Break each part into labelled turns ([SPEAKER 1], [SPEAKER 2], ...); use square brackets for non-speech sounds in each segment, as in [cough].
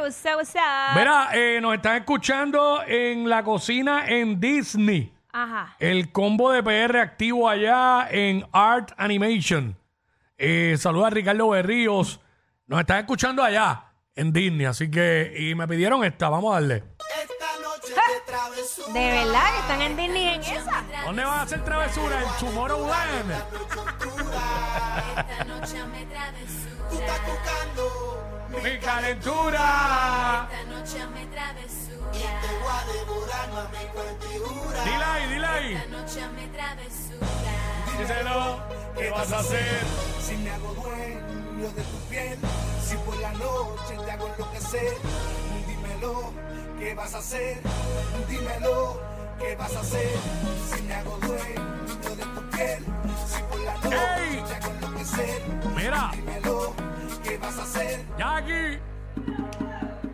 [SPEAKER 1] what's up, what's up?
[SPEAKER 2] Mira, eh, nos están escuchando en la cocina en Disney.
[SPEAKER 1] Ajá.
[SPEAKER 2] El combo de PR activo allá en Art Animation. Eh, saluda a Ricardo Berríos. Nos están escuchando allá en Disney. Así que, y me pidieron esta. Vamos a darle.
[SPEAKER 1] De verdad que están en Disney en esa.
[SPEAKER 2] ¿Dónde van a hacer travesura? En Tomorrowland. Mi calentura. Dile ahí, dile ahí. Díselo, ¿qué vas a hacer?
[SPEAKER 3] Si me hago dueño de tu piel, si por la noche te hago enloquecer, dímelo, ¿qué vas a hacer? Dímelo, ¿qué vas a hacer? Si me hago dueño de tu piel, si por la noche
[SPEAKER 2] ¡Ey!
[SPEAKER 3] te hago enloquecer,
[SPEAKER 2] Mira,
[SPEAKER 3] dímelo, ¿qué vas a hacer?
[SPEAKER 2] Jackie.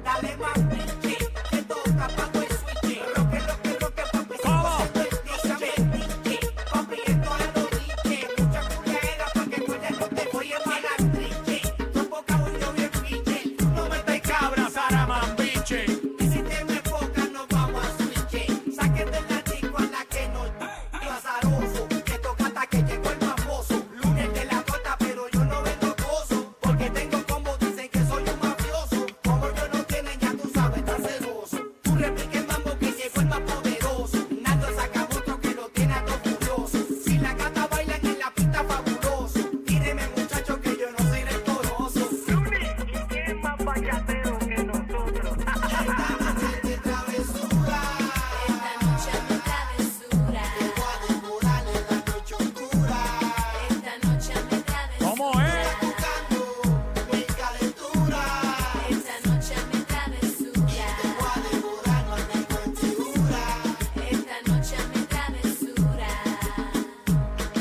[SPEAKER 3] Dale más pinche, que toca papo el switch. Roque, roque, roque, papi, si
[SPEAKER 2] ¿Cómo?
[SPEAKER 3] no se te olvida, me pinche. Papi, esto es lo pinche. Mucha culera pa' que con esto te voy a embalar, trinche. Tu boca huyó bien pinche. No me estés cabra, saramambiche. Y si te me enfocas, nos vamos a switch. Sáquete la chico a la que no yo azaroso. Que toca hasta que llegó el famoso. Lunes de la corta, pero yo no vengo gozo. Porque tengo como dicen que soy un mafioso. Como yo no tienen, ya tú sabes, tan celoso. Tú repliques mambo que llegó el más poderoso. Nato saca otro que lo tiene a todos curiosos. Si la gata bailan en la pista fabuloso. Tíreme muchacho que yo no soy rencoroso. [laughs]
[SPEAKER 2] ¿Cómo es?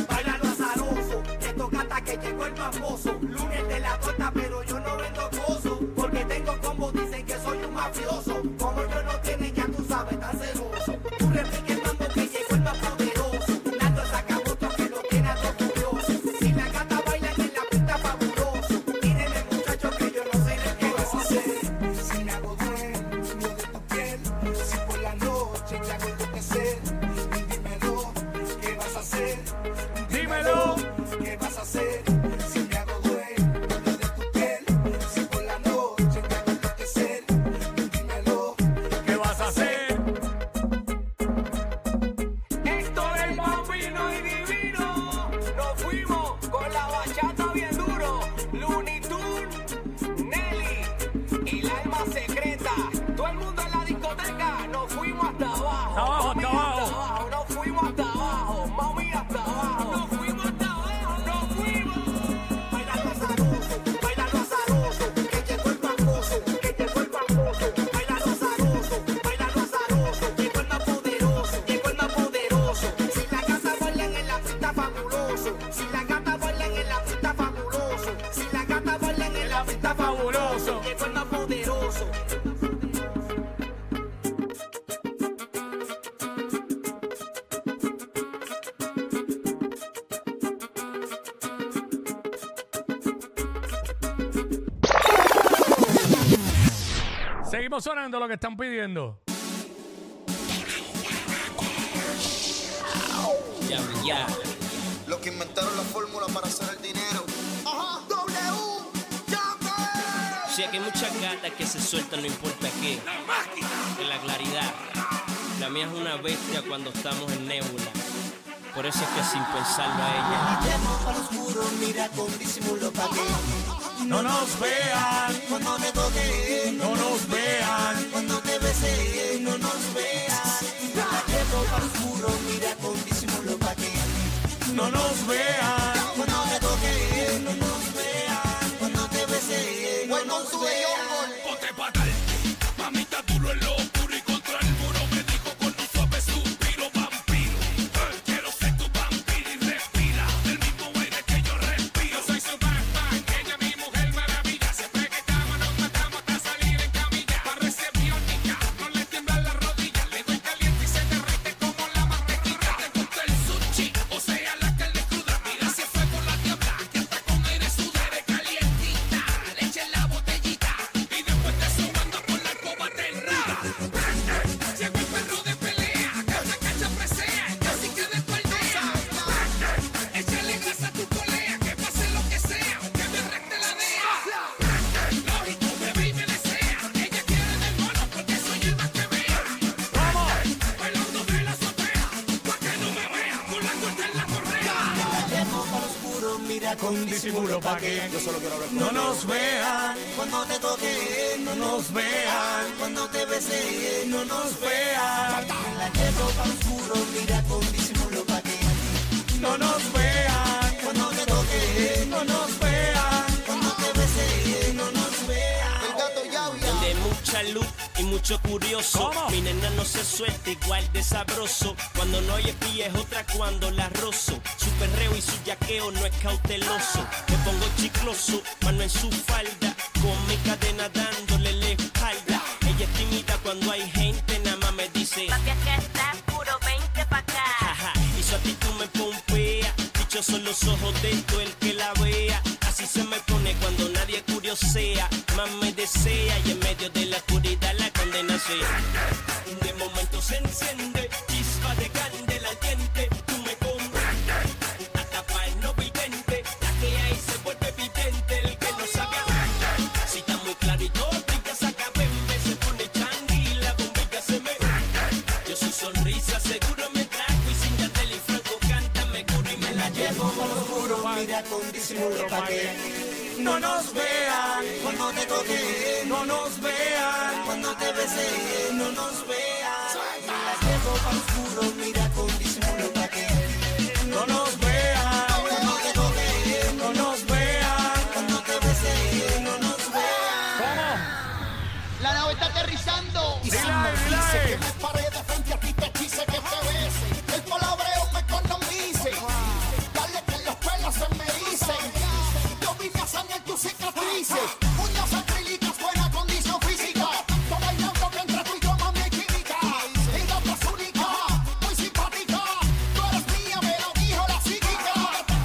[SPEAKER 3] Bailalo azaroso, te toca hasta que llegó el famoso. Lunes de la torta, pero yo no vendo gozo. Porque tengo combo, dicen que soy un mafioso. Como yo no tiene, ya tú sabes, tan celoso. Tú repique el mambo que llegó el más poderoso. Nato saca voto que lo tiene a todos curiosos. Si la gata baila en la pista fabuloso. Mírenme, muchachos, que yo no sé de qué vas a hacer. Si me hago dueño de tu piel, si por la noche te hago enloquecer, dímelo, ¿qué vas a hacer?
[SPEAKER 2] Dímelo.
[SPEAKER 3] ¿Qué vas a hacer si me hago dueño de tu piel? Si por la noche te hago enloquecer, dímelo.
[SPEAKER 2] ¿Qué vas a hacer?
[SPEAKER 3] Esto es bambino y divino. Nos fuimos con la bachata bien duro. Looney Tunes, Nelly y la alma secreta. Todo el mundo en la discoteca. Nos fuimos hasta abajo.
[SPEAKER 2] Abajo, hasta
[SPEAKER 3] Mami,
[SPEAKER 2] abajo.
[SPEAKER 3] abajo. Nos fuimos hasta abajo. Mami, hasta abajo. Nos fuimos hasta abajo. Nos fuimos. Bailalo azaroso, bailalo azaroso. Que llegó el famoso, que llegó el famoso. Bailalo azaroso, bailalo azaroso. Llegó el más poderoso, llegó el más poderoso. Si la gata bailan en la pista fabuloso. Si la gata bailan en la pista fabuloso. Si la gata bailan en la pista fabuloso. Llegó el más poderoso.
[SPEAKER 2] Seguimos sonando lo que están pidiendo.
[SPEAKER 4] Los que inventaron la fórmula para hacer el dinero. Ajá, W, llame.
[SPEAKER 5] Sí, aquí hay muchas gatas que se sueltan, no importa qué. En la claridad. La mía es una bestia cuando estamos en nébula. Por eso es que sin pensarlo a ella.
[SPEAKER 2] No nos vean. Cuando me toquen. No nos vean. No nos vean.
[SPEAKER 4] Bueno, tú de Yonkol.
[SPEAKER 6] Ella es mi mujer maravilla, siempre que estamos nos matamos, estamos
[SPEAKER 7] con disimulo pa' que
[SPEAKER 3] Yo solo quiero hablar
[SPEAKER 7] no nos vean,
[SPEAKER 3] Cuando te toque,
[SPEAKER 7] no nos vean,
[SPEAKER 3] cuando te besé,
[SPEAKER 7] no nos vean,
[SPEAKER 3] la llevo pa' oscuro, mira con disimulo pa' que
[SPEAKER 7] no nos vean,
[SPEAKER 3] cuando te toque,
[SPEAKER 7] no nos vean.
[SPEAKER 3] cuando te besé, no nos veas. El gato ya
[SPEAKER 5] De mucha luz y mucho curioso.
[SPEAKER 2] ¿Cómo?
[SPEAKER 5] Mi nena no se suelta igual de sabroso. Cuando no hay espía es otra cuando la rozo. Su perreo y su yaqueo no es cauteloso. Me pongo chicloso, mano en su falda. Con mi cadena dándole la espalda. Ella es tímida cuando hay gente, nada más me dice.
[SPEAKER 8] Papi, acá estás puro 20 pa' acá.
[SPEAKER 5] Ajá, y su actitud me pompea. Dichos son los ojos de todo el que la vea. Así se me pone cuando nadie curiosea. Más me desea y en medio de la oscuridad la condena sea. De momento se enciende, chispa de candela al diente. Tú me compras hasta para el no vidente. La que hay se vuelve vidente, el que no sabe hablar. Si está muy clarito, brinca, saca, bembe, se pone changi y la bombilla se me. Yo su sonrisa seguro me trajo y sin Yandel y Franco canta, me curo y me la llevo.
[SPEAKER 3] mira con disimulo pa' que
[SPEAKER 7] No nos vean,
[SPEAKER 3] cuando te toque,
[SPEAKER 7] no nos vean,
[SPEAKER 3] cuando te besé, no nos vean. La llevo pa' oscuro, mira con disimulo pa' que
[SPEAKER 7] no nos vean,
[SPEAKER 3] cuando te toque,
[SPEAKER 2] No nos vean.
[SPEAKER 3] cuando te besé, no nos vean.
[SPEAKER 2] ¿Cómo?
[SPEAKER 4] La nave está aterrizando.
[SPEAKER 3] Y si
[SPEAKER 2] Dile
[SPEAKER 3] me
[SPEAKER 2] ahí, dile
[SPEAKER 3] dice
[SPEAKER 2] ahí.
[SPEAKER 3] que me pare de frente a ti, te quise que te bese. El palabreo me economice. Dale que los pelos se me dicen. Yo vine a sanar tus cicatrices. Uñas acrílicas, buena condición física. Yo bailando que entre tú y yo, mami, hay química. En es única, muy simpática. Tú eres mía, me lo dijo la psíquica.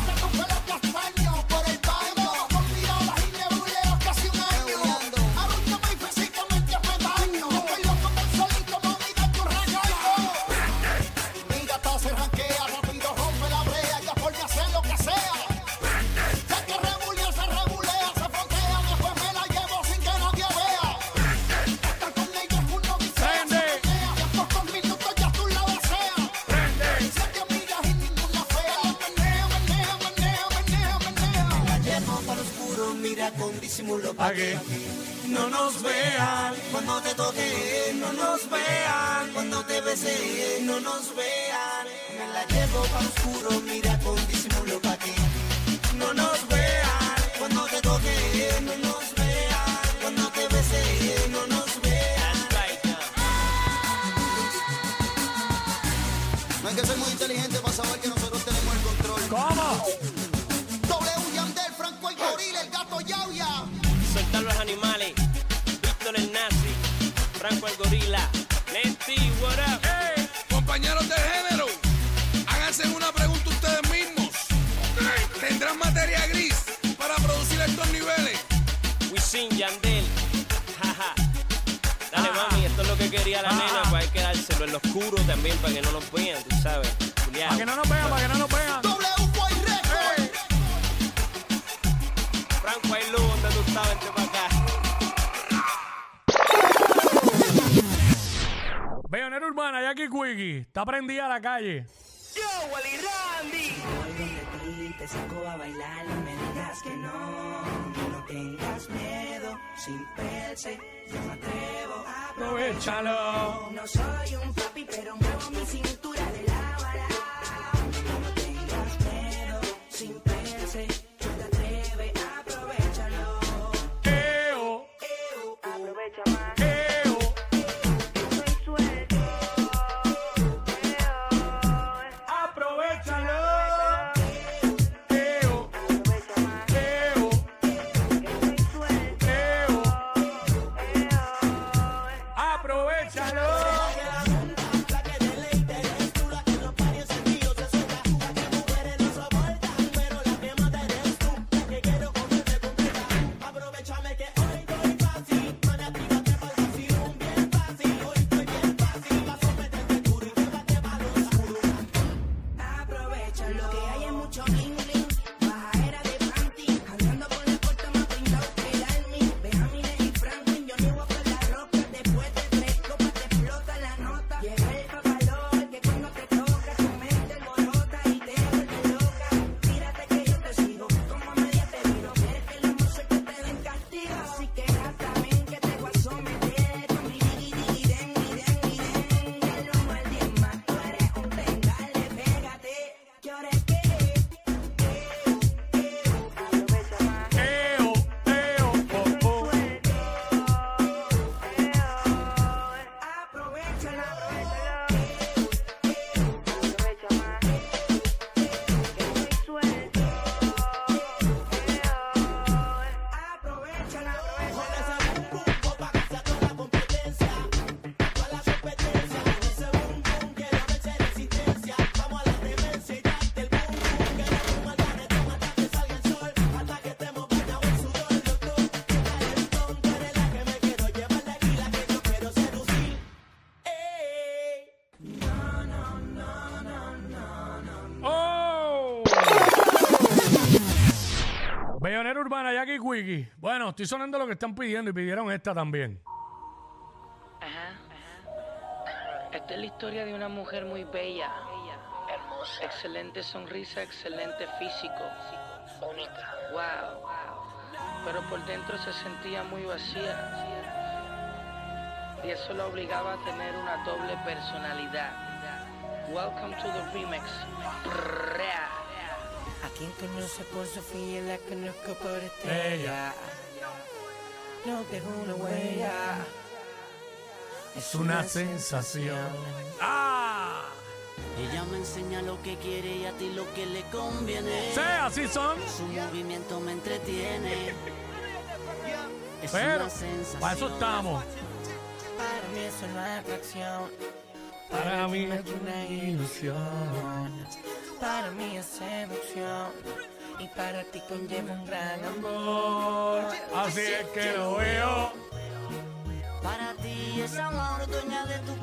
[SPEAKER 3] Que tu pelo castaño por el baño. Con miradas y nebuleos casi un año. Arrúndame y físicamente me daño. Estoy loco tan solito, mami, de tu regaño. Mi gata se ranquea, rápido rompe la brea, ella vuelve a hacer lo que sea. Ya que rebulea, se rebulea, se frontea, después Pues me la llevo sin que nadie vea. Estar con ella es una odisea, se
[SPEAKER 2] Prende.
[SPEAKER 3] pelea, y en pocos minutos ya tú la deseas. Sé que miras y ninguna fea, la menea, menea, menea, menea, menea. La llevo para oscuro, mira con disimulo pa' que
[SPEAKER 7] no nos vean,
[SPEAKER 3] cuando te toque,
[SPEAKER 7] no nos vean,
[SPEAKER 3] cuando te besé, no nos vean. Me la llevo para oscuro, mira con disimulo pa' que
[SPEAKER 7] no nos vean,
[SPEAKER 3] cuando te toque, no nos vean. Cuando te besé, no nos vean.
[SPEAKER 5] That's right now.
[SPEAKER 3] No hay que ser muy inteligente para saber que nosotros tenemos el control.
[SPEAKER 2] ¿Cómo?
[SPEAKER 3] W Yandel, Franco el Goril, el gato Yauya.
[SPEAKER 5] Soltar los animales. Víctor el nazi. Franco el gorila. Leti, what up?
[SPEAKER 9] ¡Ey! Compañeros de género, háganse una pregunta ustedes mismos. ¿Tendrán materia gris para producir estos niveles?
[SPEAKER 5] Wisin Yandel. Jaja. Dale, mami, esto es lo que quería la nena, pues hay que dárselo en lo oscuro también para que no nos vean, tú sabes. Julián.
[SPEAKER 2] Para que no nos vean, para que no nos vean.
[SPEAKER 3] W Boy Record.
[SPEAKER 5] Franco hay luz donde tú estabas, vente para acá.
[SPEAKER 2] Veonera Urbana, Jackie Quickie, está prendida la calle.
[SPEAKER 10] Voy donde ti, te saco a bailar, no me digas que no. No tengas miedo, sin pensar, yo me atrevo a probar.
[SPEAKER 2] Aprovechalo.
[SPEAKER 10] No soy un papi, pero muevo mi cintura de la vara. No tengas miedo, sin pensar, yo te atrevo, aprovechalo.
[SPEAKER 2] Eo,
[SPEAKER 10] Eu, aprovecha más,
[SPEAKER 2] eo.
[SPEAKER 10] soy suelto. Eu,
[SPEAKER 2] Aprovechalo. Eo,
[SPEAKER 10] aprovecha más,
[SPEAKER 2] eo,
[SPEAKER 10] soy suelto.
[SPEAKER 2] eo.
[SPEAKER 10] Eu.
[SPEAKER 2] Aprovechalo. urbana, Jackie Quickie. Bueno, estoy sonando lo que están pidiendo y pidieron esta también.
[SPEAKER 9] Ajá. Esta es la historia de una mujer muy bella, hermosa, excelente sonrisa, excelente físico, única, wow. Pero por dentro se sentía muy vacía y eso la obligaba a tener una doble personalidad. Welcome to the remix. Brrrra.
[SPEAKER 11] ¿A quien conoce por Sofía la conozco por
[SPEAKER 2] Ella.
[SPEAKER 11] estrella? No dejo una huella.
[SPEAKER 2] Es una sensación. ¡Ah!
[SPEAKER 4] Ella me enseña lo que quiere y a ti lo que le conviene.
[SPEAKER 2] Sí, así son.
[SPEAKER 4] Su movimiento
[SPEAKER 2] [laughs]
[SPEAKER 4] me entretiene. Es
[SPEAKER 2] Pero,
[SPEAKER 4] una sensación.
[SPEAKER 2] para eso estamos.
[SPEAKER 11] Para mí es una atracción.
[SPEAKER 2] Para mí
[SPEAKER 11] ti
[SPEAKER 2] es una ilusión.
[SPEAKER 11] Para mí es seducción. Y para ti conlleva un gran amor.
[SPEAKER 2] Así es que lo veo.
[SPEAKER 4] Para ti es amor, dueña de tu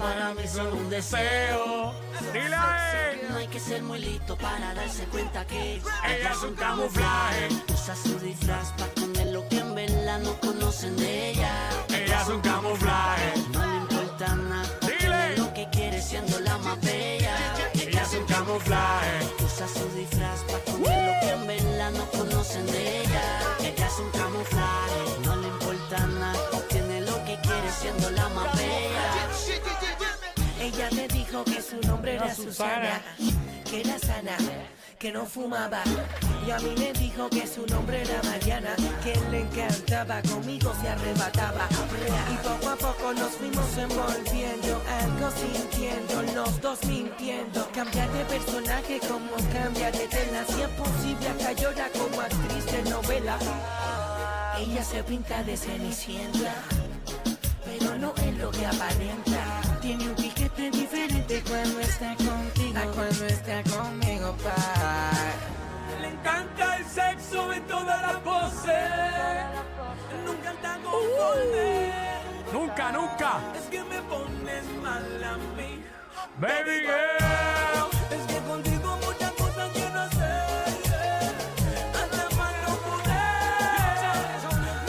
[SPEAKER 2] Son
[SPEAKER 4] Para mí son un deseo.
[SPEAKER 2] Dile a él.
[SPEAKER 4] No hay que ser muy listo para darse cuenta que
[SPEAKER 2] Ella es un camuflaje.
[SPEAKER 4] usa su disfraz para esconder lo que en verdad no conocen de ella.
[SPEAKER 2] Ella es un camuflaje.
[SPEAKER 4] No le importa nada.
[SPEAKER 2] Dile.
[SPEAKER 4] Lo que quiere siendo la más bella.
[SPEAKER 2] Ella es un camuflaje.
[SPEAKER 4] Usa su disfraz para esconder lo que en verdad no conocen de ella. Ella es un camuflaje, no le importa nada. Obtiene lo que quiere siendo la más bella.
[SPEAKER 11] Ella me dijo que su nombre era Susana, que era sana, que no fumaba. Y a mí me dijo que su nombre era Mariana, que le encantaba, conmigo se arrebataba. Y poco a poco nos fuimos envolviendo, algo sintiendo, los dos mintiendo. Cambiar de personaje como cambia de tela, si es posible hasta llora como actriz de novela. Ella se pinta de cenicienta pero no es lo que aparenta. Tiene un piquete diferente cuando está contigo
[SPEAKER 12] Ah,
[SPEAKER 11] a cuando está conmigo, pa.
[SPEAKER 2] Le encanta el sexo en todas las poses.
[SPEAKER 12] Nunca tan conforme.
[SPEAKER 2] Nunca, nunca.
[SPEAKER 12] Es que me pones mal a mí.
[SPEAKER 2] Baby girl.
[SPEAKER 12] Es que contigo muchas cosas quiero hacer. Hasta más no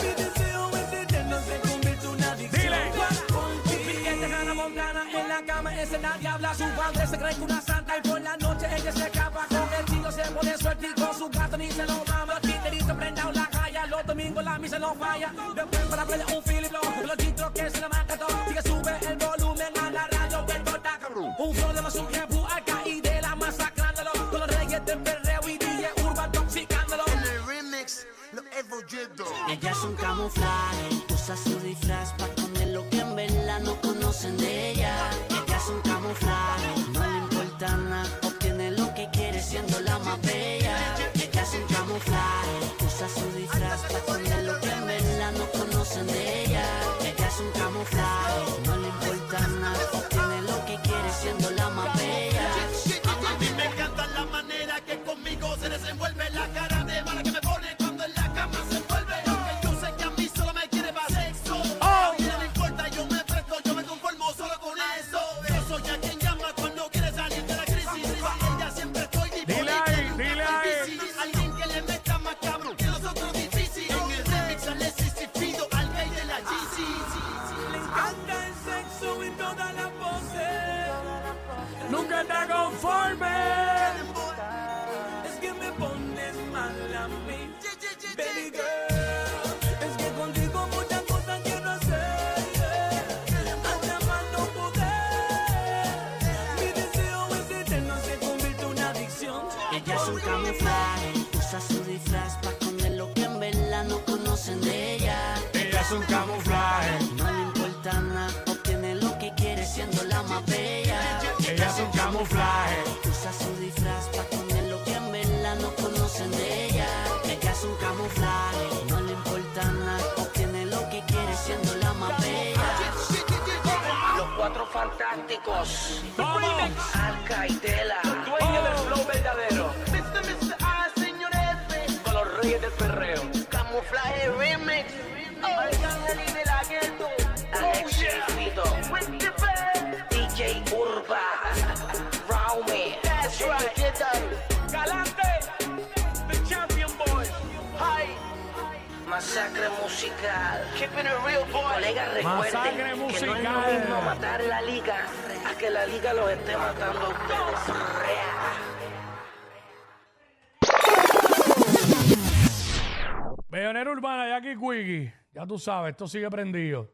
[SPEAKER 12] poder. Mi deseo es eterno, se convierte en una adicción.
[SPEAKER 2] Dile.
[SPEAKER 12] Contigo. gana con ganas en la cama, es la diabla. Su padre se cree que una santa y por la noche ella se escapa. Con el tío se pone suerte y con su gato ni se lo mama. Titerito prenda la raya, los domingos la misa no falla. Después para playa un Philip Long, los chistros que se la marca todo. Sigue sube el volumen a la radio, que esto está cabrón. Un flow de más un jebu acá y de la masacrándolo. Con los reyes del perreo y DJ Urban toxicándolo.
[SPEAKER 4] Ella es un camuflaje, usa su disfraz para esconder lo que en verdad no conocen de ella. Ella es un camuflaje, no le importa nada. Obtiene lo que quiere siendo la más bella. Ella es un camuflaje, usa su disfraz para esconder lo que en verdad no conocen de ella. Ella es un camuflaje, no le importa nada. Obtiene lo que quiere siendo la más bella.
[SPEAKER 13] A mí me encanta la manera que conmigo se desenvuelve la cara de mala que me pone cuando en la cama se envuelve. Aunque yo sé que a mí solo me quiere para sexo. A mí no me importa, yo me presto, yo me conformo solo con eso. Yo soy a quien llama cuando quiere salir de la crisis. Ella siempre estoy
[SPEAKER 2] Dile
[SPEAKER 13] disponible.
[SPEAKER 2] ahí,
[SPEAKER 13] nunca
[SPEAKER 2] dile
[SPEAKER 13] difícil. Alguien que le meta más cabrón que los otros difícil. En el remix al Sisi pido al gay de la GC.
[SPEAKER 12] Anda el sexo en todas las voces.
[SPEAKER 2] Nunca está conforme.
[SPEAKER 12] Es que me pones mal a mí, baby girl. Es que contigo muchas cosas quiero hacer. Hasta más no poder. Mi deseo es eterno, se convierte en una adicción.
[SPEAKER 4] Ella es un camuflaje, usa su disfraz para esconder lo que en verdad no conocen de ella.
[SPEAKER 2] Ella es un camuflaje.
[SPEAKER 4] No le importa nada, obtiene lo que quiere siendo la más bella.
[SPEAKER 2] Ella es un camuflaje.
[SPEAKER 4] Usa su disfraz para esconder lo que en verdad no conocen de ella. Ella es un camuflaje, no le importa nada, obtiene lo que quiere siendo la más bella.
[SPEAKER 9] Los cuatro fantásticos.
[SPEAKER 2] ¡Vamos!
[SPEAKER 9] Arca y Tela.
[SPEAKER 2] dueño del
[SPEAKER 9] flow verdadero. Con los reyes del perreo. Camuflaje remix. Arcángel y de la gueto. Alex Silvito. DJ Urba. Raumi. That's right.
[SPEAKER 12] Galante, the champion boy.
[SPEAKER 9] Hi.
[SPEAKER 11] masacre musical.
[SPEAKER 6] Keeping it real, boy.
[SPEAKER 11] Colegas,
[SPEAKER 2] Masacre
[SPEAKER 11] recuerden que no es lo
[SPEAKER 2] musical.
[SPEAKER 11] mismo matar la liga a que la liga los esté matando a ustedes.
[SPEAKER 2] Bellonera Urbana, Jackie Quickie. Ya tú sabes, esto sigue prendido.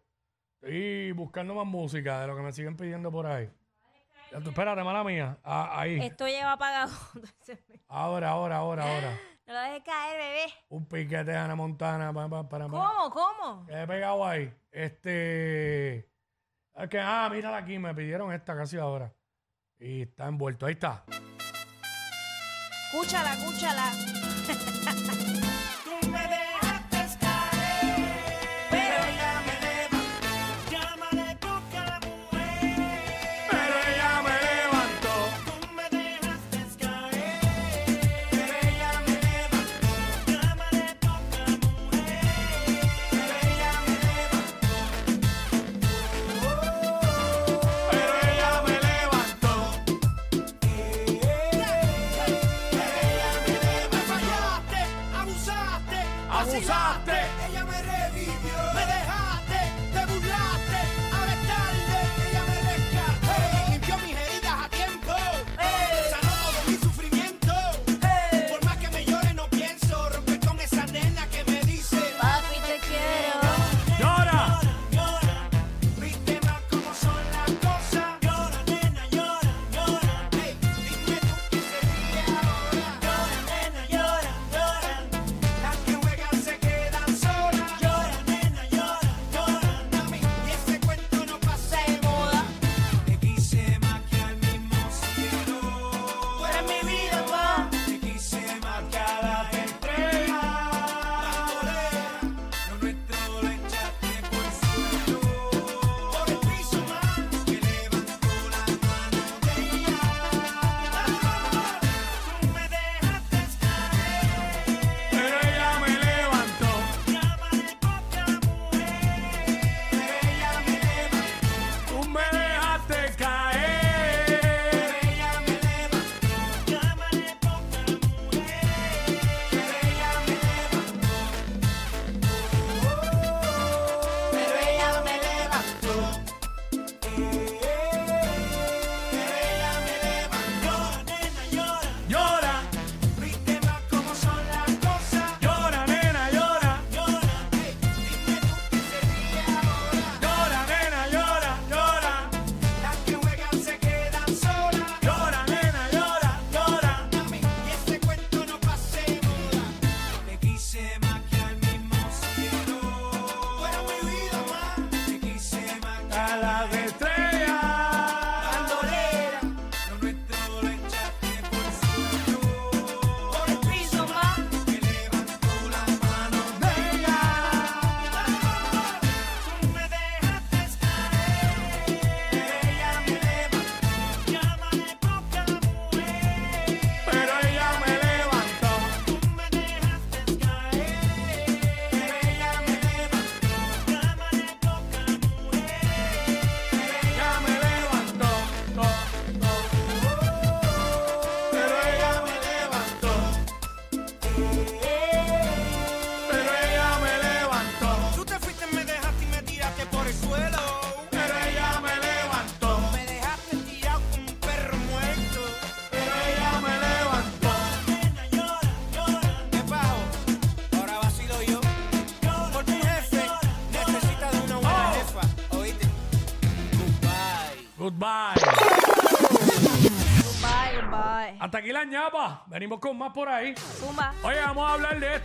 [SPEAKER 2] Estoy buscando más música de lo que me siguen pidiendo por ahí. Ya tú, espérate, mala mía. Ah, ahí.
[SPEAKER 14] Esto lleva apagado.
[SPEAKER 2] Ahora, ahora, ahora, ahora.
[SPEAKER 14] no lo dejes caer, bebé.
[SPEAKER 2] Un piquete de Ana Montana. pa, pa, para, para.
[SPEAKER 14] ¿Cómo? ¿Cómo?
[SPEAKER 2] Que he pegado ahí. Este. es que, ah, mírala aquí. Me pidieron esta casi ahora. Y está envuelto. Ahí está.
[SPEAKER 14] Escúchala, escúchala.
[SPEAKER 3] Tú me dejaste caer, pero ella me levantó. Llámale busca a la mujer, pero ella me levantó. Tú me dejaste caer, pero ella me levantó. Llámale busca a la mujer, pero ella me levantó. Pero ella me levantó.
[SPEAKER 4] Me fallaste, abusaste,
[SPEAKER 2] Abusaste.
[SPEAKER 4] ella me revivió. Me dejaste, te burlaste, ahora es tarde, ella me rescató. Limpió mis heridas a tiempo, sanó todo mi sufrimiento. Por más que me llore no pienso romper con esa nena que me dice.
[SPEAKER 14] Papi, te quiero.
[SPEAKER 2] ¡Llora!
[SPEAKER 4] Llora, viste más cómo son las cosas. Llora, nena, llora, llora. Hey, dime tú qué sería ahora. Llora, nena, llora, llora. Las que juegan se quedan solas. Llora, nena, llora, llora. Mami, y ese cuento no pasa de moda. Te quise más que al mismo cielo. Tú eres mi vida, pa. Te quise más que a la entrega. Bandolera, lo nuestro lo echaste por suelo. Por el piso más que levantó la mano de ella. Tú me dejaste caer, pero ella me levantó. Llámale poca mujer, pero ella me levantó.
[SPEAKER 2] Tú me dejaste caer.
[SPEAKER 4] Ella me levantó, llámale poca mujer, pero ella me levantó. Pero ella me levantó. Pero ella me levantó. Nena llora,
[SPEAKER 2] ¡Llora!
[SPEAKER 4] viste más cómo son las cosas.
[SPEAKER 2] ¡Llora, nena, llora!
[SPEAKER 4] Llora, dime tú qué sería ahora.
[SPEAKER 2] ¡Llora, nena, llora, llora!
[SPEAKER 4] Las que juegan se quedan solas.
[SPEAKER 2] ¡Llora, nena, llora, llora!
[SPEAKER 4] Mami, y ese cuento no pase de moda. Te quise más que al mismo cielo. Fuera mi vida más. Te quise más que
[SPEAKER 2] A la de estrella.
[SPEAKER 4] bandolera.
[SPEAKER 15] Lo nuestro lo echaste por
[SPEAKER 4] Por el piso más.
[SPEAKER 15] que levantó la mano
[SPEAKER 4] de ella. Tú me dejaste caer. Pero ella me levantó. Llámale poca mujer.
[SPEAKER 2] Pero ella me levantó.
[SPEAKER 4] Tú me dejaste caer. Pero ella me levantó. Llámale poca mujer.
[SPEAKER 2] Ella me levantó. No, no. Pero ella me levantó. Pero ella me levantó.
[SPEAKER 4] Tú te fuiste, me dejaste y me tiraste por el suelo.
[SPEAKER 2] Pero ella me levantó.
[SPEAKER 4] Me dejaste tirado como un perro muerto.
[SPEAKER 2] Pero ella me levantó.
[SPEAKER 4] Nena, llora, llora. Te pago, ahora vacilo yo. Porque un jefe necesita de una buena jefa. Oíste. Goodbye.
[SPEAKER 2] Goodbye.
[SPEAKER 14] Goodbye, goodbye.
[SPEAKER 2] Ah. Hasta aquí la ñapa. Venimos con más por ahí.
[SPEAKER 14] Zumba.
[SPEAKER 2] Oye, vamos a hablar de esto.